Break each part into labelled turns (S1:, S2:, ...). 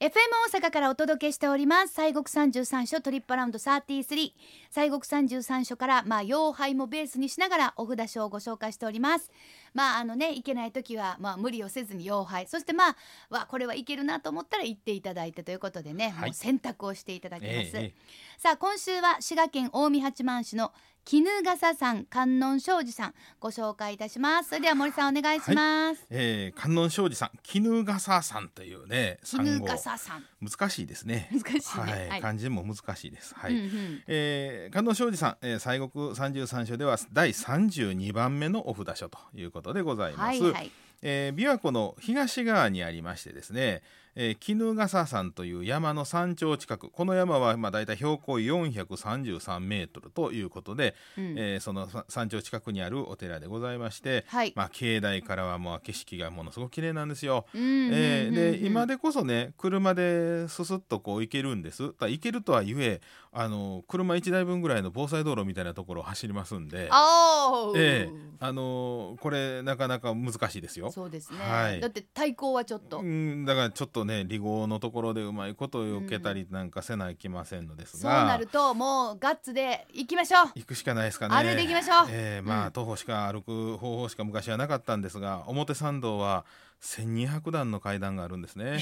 S1: FM 大阪からお届けしております西国三十三所トリップアラウンド33西国三十三所からまあ妖怪もベースにしながらお札書をご紹介しておりますまああのねいけない時はまあ無理をせずに妖怪そしてまあわこれはいけるなと思ったら行っていただいてということでね、
S2: は
S1: も
S2: い
S1: う選択をしていただきます、
S2: ええええ
S1: さあ今週は滋賀県近江八幡市の絹笠さん観音庄司さんご紹介いたしますそれでは森さんお願いします、
S2: えー、観音庄司さん絹笠さんというね
S1: 絹
S2: 産後
S1: 笠さん
S2: 難しいですね
S1: 難しいね
S2: はい、
S1: はい
S2: 漢字も難しいですはい、
S1: うんうん
S2: えー、観音庄司さん、えー、西国三十三所では第32番目のお札所ということでございま
S1: はい
S2: す、
S1: はい
S2: えー、琵琶湖の東側にありましてですね、えー、絹笠山という山の山頂近くこの山はまあ大体標高433メートルということで、
S1: うん
S2: えーそのさ山頂近くにあるお寺でございまして、
S1: はい
S2: まあ、境内からはもう景色がものすごく綺麗なんですよ。
S1: うんうんうん
S2: えー
S1: うん
S2: で今でこそね車ですすっとこう行けるんですだから行けるとはゆえあの車1台分ぐらいの防災道路みたいなところを走りますんで、
S1: あー
S2: えーあのーこれなかなか難しいですよ。
S1: そうですね、
S2: はい
S1: だって対抗はちょっと、
S2: うん、だからちょっとね離合のところでうまいことを避けたりなんかせないきませんのです
S1: そう
S2: が、
S1: なるともうガッツで行きましょう
S2: 行くしかないですかね
S1: 歩いていきましょう
S2: えーまあ、
S1: うん
S2: 徒歩しか歩く方法しか昔はなかったんですが表参道は1200段の階段があるんですね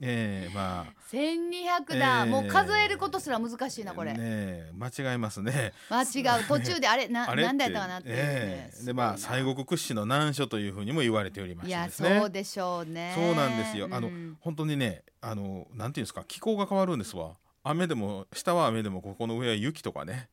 S2: えー、まあ
S1: 1200段、
S2: えー
S1: もう数えることすら難しいなこれ、
S2: ねえ間違えますね
S1: 間違う途中であれな
S2: あれって
S1: 何だやったかなっていうね、
S2: ええ
S1: すご
S2: で
S1: いな
S2: まあ西国屈指の難所というふうにも言われておりま
S1: い
S2: して
S1: や
S2: ですね
S1: そうでしょうね
S2: そうなんですよあの
S1: うん
S2: 本当にねあのなんていうんですか気候が変わるんですわ雨でも下は雨でもここの上は雪とかね、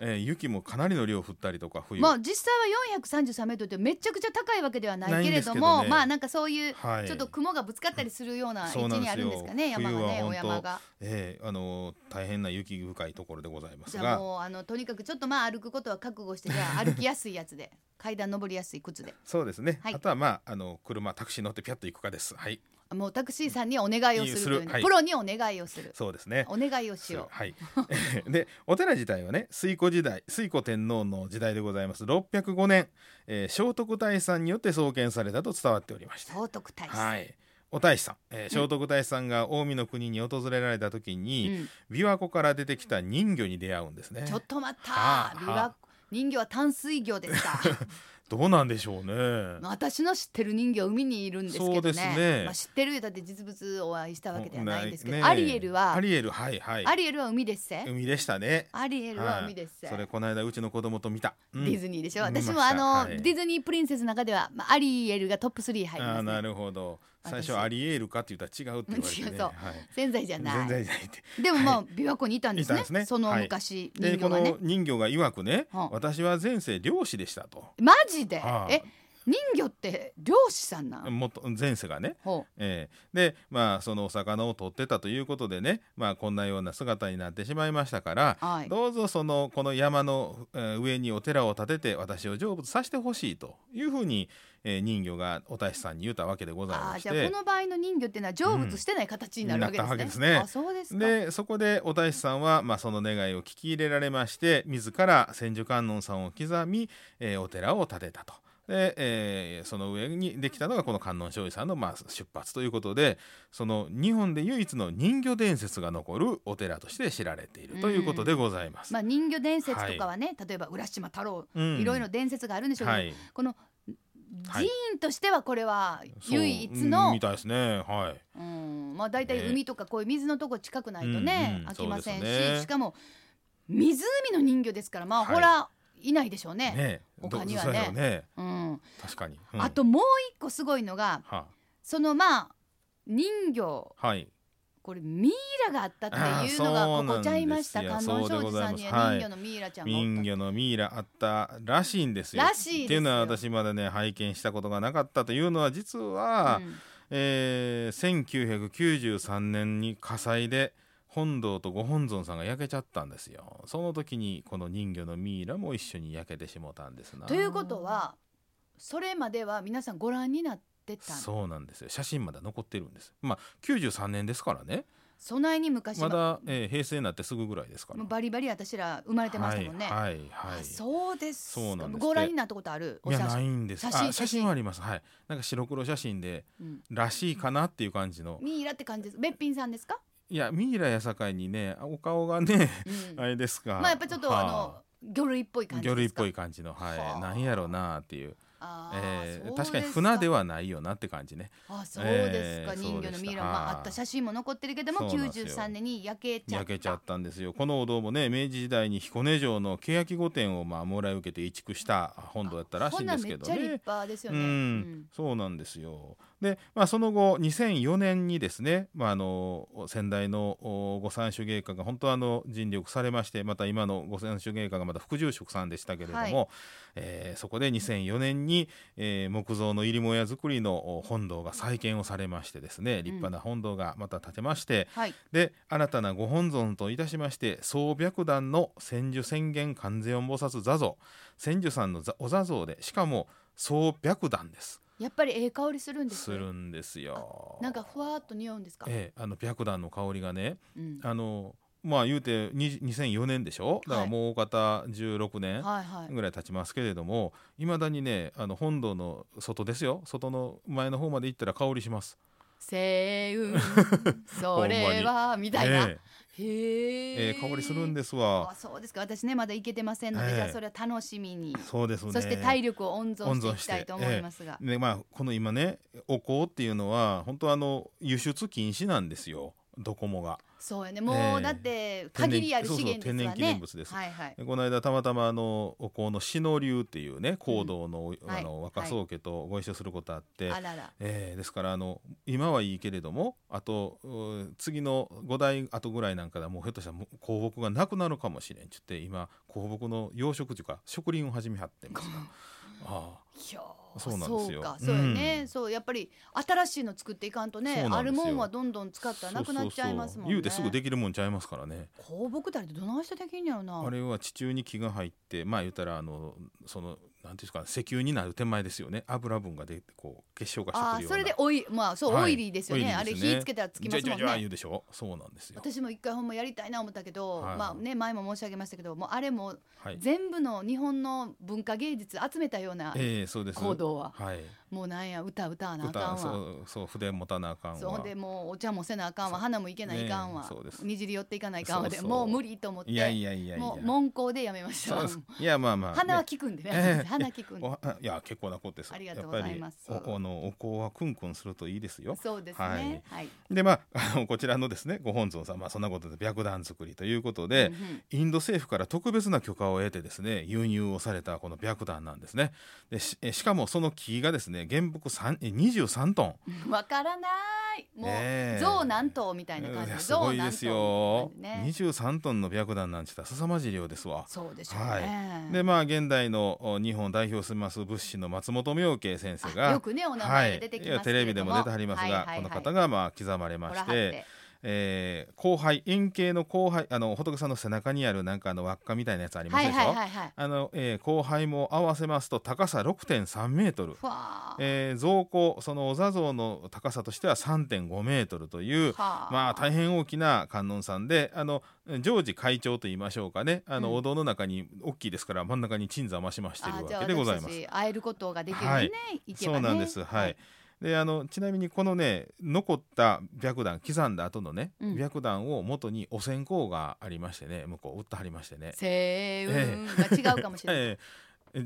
S2: えー雪もかなりの量降ったりとか冬、
S1: まあ実際は433メートルってめちゃくちゃ高いわけではないけれど
S2: ないん
S1: も
S2: ですけどね
S1: まあなんかそういう
S2: はい
S1: ちょっと雲がぶつかったりするような位
S2: そう
S1: 置
S2: なん
S1: に
S2: で
S1: あ
S2: す
S1: るん
S2: よ
S1: ですかね山が
S2: 冬
S1: ね
S2: は本当
S1: お山が。
S2: ええあの大変な雪深いところでございま
S1: じ
S2: す
S1: ゃあ
S2: が
S1: もうあのとにかくちょっとまあ歩くことは覚悟してじゃあ歩きやすいや つで階段登りやすい靴で
S2: そうですね、
S1: はい
S2: あとはまああの車タクシー乗ってピャッと行くかですはい
S1: もうタクシーさんにお願いをするというね
S2: いいするはい
S1: プロにお願いをする
S2: そうですね
S1: お願いをしよ
S2: はい でお寺自体はね水古時代水古天皇の時代でございます605年、えー、聖徳太子さんによって創建されたと伝わっておりまし
S1: う
S2: た
S1: 聖徳太子さん
S2: はい、お太子さん、えー、聖徳太子さんが近江の国に訪れられた時に、琵琶湖から出てきた人魚に出会うんですね
S1: ちょっと待った
S2: はあ
S1: 琵
S2: は
S1: 琶
S2: あ
S1: 人形は淡水魚です か
S2: どうなんでしょうね
S1: 私の知ってる人形は海にいるんですけどね
S2: そうですね
S1: まあ、知ってるだって実物お会いしたわけではないんですけど、
S2: ね
S1: アリエルは
S2: アリエルはいはい
S1: アリエルは海ですせ
S2: 海でしたね
S1: アリエルは海ですせ、
S2: はい、それこの間うちの子供と見た、うん
S1: ディズニーでしょ
S2: 見ま
S1: 私
S2: した
S1: もあの、
S2: はい
S1: ディズニープリンセスの中では、まあ、アリエルがトップ3入ります、ね、
S2: あーなるほど最初
S1: 私
S2: アリエールかって言ったら違うって言われて、ね、
S1: 違うそう
S2: はい
S1: 潜在じゃない
S2: 全然じゃないって
S1: でもまあ、琵琶湖にいたんです
S2: い
S1: ね
S2: たんですね
S1: その
S2: はい
S1: 昔、人
S2: で
S1: 形
S2: こ
S1: がね
S2: の人魚が曰くね、
S1: はあ
S2: 私は前世漁師でしたと
S1: マジで、
S2: はあ
S1: え人魚って漁師さんなん
S2: もっと前世がね
S1: ほ
S2: ええでまあそのお魚を取ってたということでね、まあ、こんなような姿になってしまいましたから、
S1: はい
S2: どうぞそのこの山の、えー上にお寺を建てて私を成仏させてほしいというふうに、えー人魚がお太子さんに言ったわけでご
S1: う
S2: ざい
S1: あ
S2: ま
S1: ー
S2: し
S1: じゃあ
S2: て
S1: この場合の人魚っていうのは成仏してない形になるわけですね,、
S2: うんなったわけですね
S1: あそうですか
S2: でそこでお太子さんは、まあ、その願いを聞き入れられまして自ら千手観音さんを刻み、えーお寺を建てたと。でえーその上にできたのがこの観音庄司さんの、まあ、出発ということでその日本で唯一の人魚伝説が残るお寺として知られているということでございます。
S1: まあ人魚伝説とかはね、例えば浦島太郎、
S2: うん
S1: いろいろ伝説があるんでしょうけど、
S2: はい、
S1: この
S2: は
S1: 寺
S2: い
S1: 院としてはこれは
S2: そう
S1: 唯一
S2: うん
S1: の
S2: み、たいですね。はい、
S1: うんまあ、大体
S2: ね
S1: 海とかこういう水のとこ近くないとね、
S2: うんうん
S1: 飽きませんし、
S2: そうですね
S1: しかも湖の人魚ですからまあ
S2: はい
S1: ほら、いないでしょうね。
S2: ね
S1: 他にはね
S2: どそうやろうね
S1: うん
S2: 確かに。うん
S1: あともう一個すごいのが
S2: は
S1: そのまあ人魚
S2: はい
S1: これミイラがあったっていうのが
S2: あーそう
S1: こ
S2: なん
S1: こちゃいました
S2: ですよ
S1: 観音
S2: そ
S1: 庄
S2: うでご
S1: 司
S2: ざ
S1: さん
S2: います
S1: には人魚のミイラちゃんがお
S2: 人
S1: った。
S2: 魚のミイラあったらしいんですよ。
S1: らしいですよ
S2: っていうのは私まだね拝見したことがなかったというのは実は、
S1: うん
S2: えー1993年に火災で本堂とご本尊さんが焼けちゃったんですよ。その時にこの人魚のミイラも一緒に焼けてしもたんですな。
S1: ということはそれまでは皆さんご覧になっってたの
S2: そうなんですよ写真まだ残ってるんですまあ93年ですからね
S1: 備えに昔は
S2: まだ、えー平成になってすぐぐらいですから
S1: もうバリバリ私ら生まれてましたもんね、
S2: はいはい、は
S1: あ
S2: い、
S1: そうですか
S2: そうなんですって
S1: ご覧になったことあるお
S2: いや
S1: 写
S2: な
S1: 真
S2: いんです
S1: 写真
S2: あ
S1: 写
S2: 写
S1: 真
S2: 真はありますはいなんか白黒写真で
S1: うん
S2: らしいかなっていう感じの
S1: ミイラって感じですべっぴんさんですか、
S2: いやミイラやさかいにねお顔がね
S1: うん
S2: あれですか
S1: まあやっぱちょっと
S2: は
S1: あの魚類っぽい感じです
S2: 魚
S1: か
S2: 類っぽい感じのはい、
S1: はあ
S2: なんやろうなっていう
S1: あー
S2: えー
S1: そう
S2: 確かに船で
S1: は
S2: はないよなって感じね
S1: あそうですか、
S2: えー
S1: 人魚
S2: そうで
S1: の
S2: した
S1: ミイラ、まあ、
S2: はい
S1: あった写真も残ってるけども
S2: そうなんですよ
S1: 93年に焼けちゃった
S2: 焼けちゃったんですよこのお堂もね明治時代に彦根城の欅御殿をまあもらい受けて移築した本堂だったらしいんですけど
S1: こんなんめっちゃ
S2: ね
S1: 立。派ですよ
S2: う
S1: ね、
S2: ん、そうなんですよで、まあ、その後2004年にですね、まあ、あの先代のお御三種芸家が本当はあの尽力されましてまた今の御三種芸家がまた副住職さんでしたけれども、
S1: はい
S2: えーそこで2004年に、えー木造の入りもや作りのお本堂が再建をされましてですね立派な本堂がまた建てまして、
S1: はい
S2: で新たなご本尊といたしまして総白檀の千手宣言観世音菩薩座像千手さんの座お座像でしかも総白檀です
S1: やっぱりええ香りするんです
S2: するんですよ。
S1: なんかふわっと匂うんですか、
S2: ええ、あの白檀の香りがね
S1: うん
S2: あのまあ言うてに2004年でしょだからもう大方16年
S1: はいはい
S2: ぐらい経ちますけれどもいまだにねあの本堂の外ですよ外の前の方まで行ったら香りします。
S1: 星 雲それはみたいな、
S2: え
S1: へ
S2: ええ
S1: え
S2: え香りするんですわ
S1: あ。そうですか私ねまだ行けてませんので、
S2: ええ
S1: じゃあそれは楽しみに
S2: そうですね
S1: そして体力を温存していきたいと思いますが、
S2: でまあこの今ねお香っていうのは本当はあの輸出禁止なんですよドコモが。
S1: そうやねも
S2: え
S1: う
S2: え
S1: だって限りある資源ですわね
S2: そうそう天然記念物です
S1: はいはい
S2: でこの間たまたまあのお香の篠流っていうね香道の,、
S1: はい
S2: あの若宗家とご一緒することあって、
S1: あらら
S2: えーですからあの今はいいけれどもあとう次の5代後ぐらいなんかではもうひょっとしたらもう香木がなくなるかもしれんちゅって今香木の養殖というか植林を始めはってますがああ
S1: いやー
S2: そうなんです
S1: そ
S2: よ
S1: うかそうやね、そうやっぱり新しいの作っていかんと
S2: そ
S1: ね
S2: う
S1: あ
S2: なんで
S1: る
S2: すよ
S1: もんはどんどん使ったらなくなっちゃいますもんね
S2: そうそうそう言うてすぐできるもんちゃいますからね。
S1: 香木だれってどないしてできんやろな
S2: あれは地中に木が入ってまあ言ったらあのそのなんていうんですか石油になる手前ですよね油分が出てこう結晶化して
S1: あー
S2: くるような
S1: それでオイまあそう、
S2: はい
S1: オイリーですよね
S2: オイリ
S1: あ
S2: ー
S1: れ
S2: ですね
S1: 火つけたらつきますもん
S2: じゃじゃじゃ
S1: ね
S2: 言うでしょそうなんですよ
S1: 私も一回ほんまやりたいな思ったけど、
S2: はい
S1: まあね前も申し上げましたけどもうあれも
S2: はい
S1: 全部の日本の文化芸術集めたような
S2: ええそうです
S1: 行動は、
S2: はい
S1: もうなんや歌歌わなあか
S2: 歌
S1: んわ
S2: そうそう筆持たなあかんわ
S1: そうほんでもうお茶もせなあかんわ花もいけないかんわ、
S2: ねえそうです
S1: にじり寄っていかないかんわで
S2: そうそう
S1: もう無理と思って
S2: いやいやいやいや
S1: もう門校でやめました
S2: そうですいやまあまあ
S1: 鼻は
S2: ね
S1: 効くんでね、
S2: ええ
S1: 鼻効くんで
S2: おはいや結構なことです
S1: ありがとうございます
S2: やっぱりおおのお香はクンクンするといいですよ
S1: そうですねはい、
S2: でまああのこちらのですねご本尊様、まあ、そんなことで白檀作りということで、
S1: うんうん
S2: インド政府から特別な許可を得てですね輸入をされたこの白檀なんですねでしえしかもその木がですね原木3え23トン
S1: わからないもう、
S2: ねえ
S1: 象何頭みたいな感
S2: い
S1: じ
S2: や
S1: です
S2: ごいですよ
S1: 象何頭みたいなね
S2: 23トンの白檀なんちゅったら凄まじい量ですわ
S1: そうでしょうね、
S2: でまあ現代のお日本を代表します物資の松本明慶先生
S1: あ
S2: が
S1: よくねお名前が出てきま
S2: はい
S1: す
S2: テ
S1: け
S2: レ
S1: れ
S2: ビで
S1: ども
S2: も出てはりますが、
S1: はいはいはい
S2: この方がまあ刻まれま
S1: ほらは
S2: し
S1: ってて
S2: えー後輩円形の後輩あの仏さんの背中にあるなんかあの輪っかみたいなやつありま
S1: はい
S2: すでしょ、
S1: はいはいはい
S2: あの、えー後輩も合わせますと高さ6.3メートル
S1: ふわー
S2: えー造高そのお座像の高さとしては3.5メートルという
S1: は
S2: まあ大変大きな観音さんであの常時会長と言いましょうかねあの、
S1: うん
S2: お堂の中に大きいですから真ん中に鎮座ましましているわけでございます。
S1: じゃあ私たち会えることができるね、
S2: はいい、
S1: けば
S2: そ
S1: ね
S2: うなんです、はい。であのちなみにこのね残った白檀刻んだ後のね、
S1: うん
S2: 白檀を元にお線香がありましてね向こう売ってはりましてね、
S1: 星雲が違うかもしれない、
S2: ええ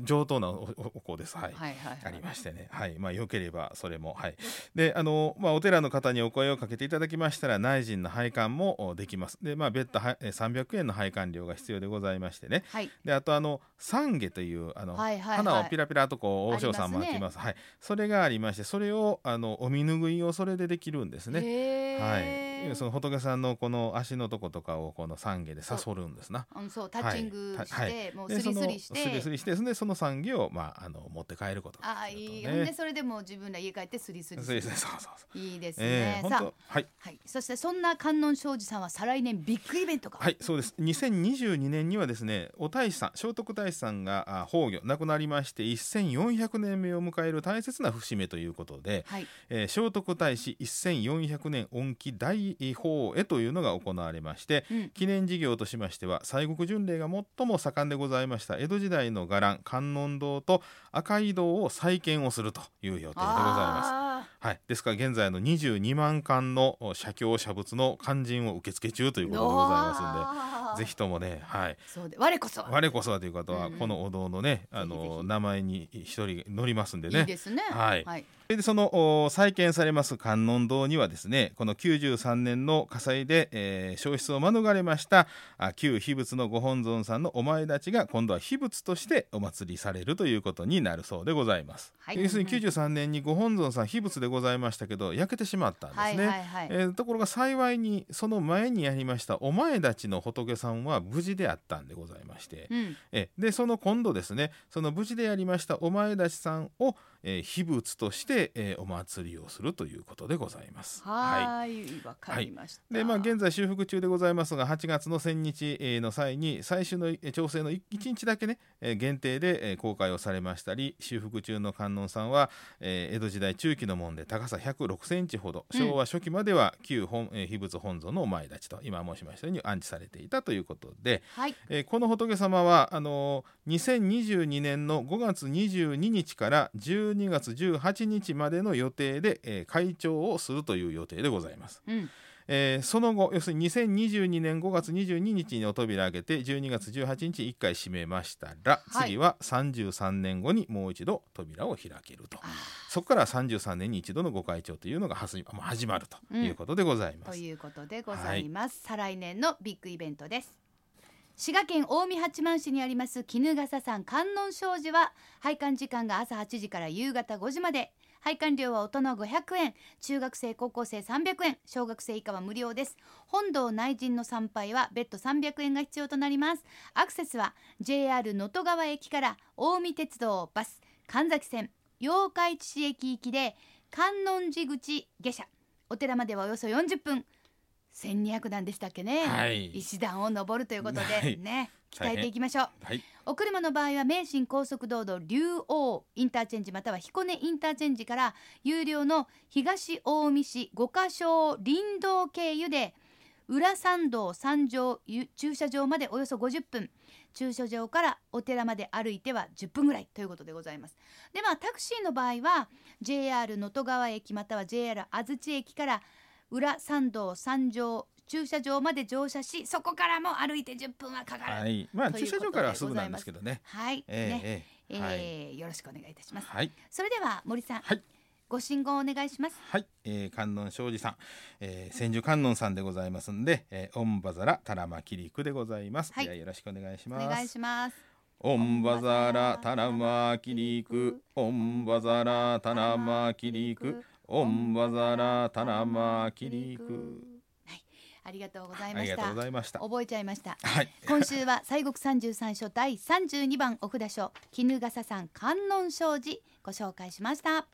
S2: 上等なおおお香ですはい、
S1: はいはい
S2: ありましてね、はいまあ、よければそれも、はいであのまあ、お寺の方にお声をかけていただきましたら内陣の拝観もおできますで、まあ、別途はえー300円の拝観料が必要でございましてね
S1: はい
S2: であとあの三下というあの、
S1: はいはいはい
S2: 花をピラピラとこう
S1: あ
S2: 大
S1: りま
S2: 塩
S1: す
S2: さん巻きますはい、それがありましてそれをあのお見拭いをそれでできるんですね。
S1: へー
S2: はい
S1: へえ
S2: その仏さんのこの足のとことかをこの懺悔で誘るんですな。
S1: うんそうタッチングして、
S2: はい
S1: もう
S2: で
S1: ス
S2: そ
S1: リ
S2: の
S1: スリして
S2: スリスリしてそれでその懺悔を、まあ、あの持って帰ること
S1: あ
S2: が
S1: あ
S2: できる
S1: いい、
S2: と
S1: ほんでそれでもう自分ら家帰ってスリスリす
S2: そう
S1: る
S2: ですねそうそうそう。
S1: いいです
S2: え
S1: ね、
S2: え
S1: さ
S2: 本
S1: あ
S2: 当はい
S1: はい、そしてそんな観音庄司さんは再来年ビッグイベントが、
S2: はいそうです2022年にはですねお大師さん聖徳太子さんがあ崩御亡くなりまして1400年目を迎える大切な節目ということで、
S1: はい
S2: えー聖徳太子1400年恩紀大法会というのが行われまして、
S1: うん
S2: 記念事業としましては西国巡礼が最も盛んでございました江戸時代の伽藍観音堂と赤井堂を再建をするという予定でございます。
S1: あ
S2: はい、ですから現在の22万巻のお写経写仏の勧進を受付中という
S1: ー
S2: ことでございます
S1: あー
S2: のでぜひともね、はい、
S1: そうで我こそは
S2: 我こそはという方は
S1: うんうん
S2: このお堂のね、あ
S1: ぜひぜ
S2: の
S1: ひ
S2: 名前に一人乗りますんで
S1: いい
S2: ね
S1: ですね
S2: はい
S1: はい、
S2: それでそのお再建されます観音堂にはですねこの93年の火災で、えー焼失を免れましたあ旧秘仏のご本尊さんのお前立ちが今度は秘仏としてお祭りされるということになるそうでございます、
S1: はい
S2: 要するに93年にご本尊さん秘仏でございましたけど焼けてしまったんです
S1: は
S2: ね、
S1: いはいはい
S2: えーところが幸いにその前にやりましたお前たちの仏さんは無事であったんでございまして、
S1: うん
S2: えでその今度ですねその無事でやりましたお前たちさんを、えー秘仏として、えーお祭りをするということでございます。
S1: はーいわかりました、
S2: でまあ、現在修復中でございますが8月の千日えーの際に最終のえー調整の1日だけねえー限定でえー公開をされましたり修復中の観音さんはえー江戸時代中期の門で高さ106センチほど
S1: うん
S2: 昭和初期までは旧本えー秘仏本尊のお前立ちと今申しましたように安置されていたということで
S1: はい
S2: えーこの仏様はあのー2022年の5月22日から12月18日までの予定で、えー開帳をするという予定でございます。
S1: うん
S2: えーその後要するに2022年5月22日にお扉開けて12月18日1回閉めましたら、
S1: はい
S2: 次は33年後にもう一度扉を開けるとそこから33年に一度のご開帳というのがはすもう始まるということでございま
S1: と
S2: す。
S1: いうことでございます、再来年のビッグイベントです滋賀県近江八幡市にあります衣笠山観音商事は拝観時間が朝8時から夕方5時まで拝観料は大人500円中学生高校生300円小学生以下は無料です本堂内陣の参拝は別途300円が必要となりますアクセスは JR 能登川駅から近江鉄道バス神崎線八日市市駅行きで観音寺口下車お寺まではおよそ40分1200段でしたっけね、
S2: はい
S1: 石段を登るということで、
S2: はい
S1: ね
S2: 大変
S1: 鍛えていきましょう
S2: はい
S1: お車の場合は名神高速道路竜王インターチェンジまたは彦根インターチェンジから有料の東近江市五箇所林道経由で裏参道三条ゆ駐車場までおよそ50分駐車場からお寺まで歩いては10分ぐらいということでございますではタクシーの場合は JR 能登川駅または JR 安土駅から裏参道三条駐車場まで乗車しそこからも歩いて10分はかかる、
S2: はいまあ、
S1: という
S2: 駐
S1: こと
S2: 車場からはすぐなんですけどね。
S1: はい、
S2: え
S1: ね、
S2: ええ
S1: え
S2: え
S1: ー
S2: はい
S1: よろしくお願いいたします。
S2: はい
S1: それでは森さん、
S2: はい
S1: ご信号をお願いします。
S2: はい、えー、観音庄司さん、えー、千住観音さんでございますんで、えー、オンバザラタラマキリクでございます。
S1: はい
S2: でよろしくお願いし
S1: お
S2: ます。
S1: 願いします。
S2: オンバザラタラマキリクオンバザラタラマキリクオンバザラタラマキリク。
S1: はい、ありがとうござい
S2: あ
S1: ま
S2: り
S1: し
S2: が
S1: た
S2: とう。ございました。
S1: 覚えちゃいました。
S2: はい。
S1: 今週は西国三十三所第三十二番お札所絹笠さん観音障子ご紹介しました。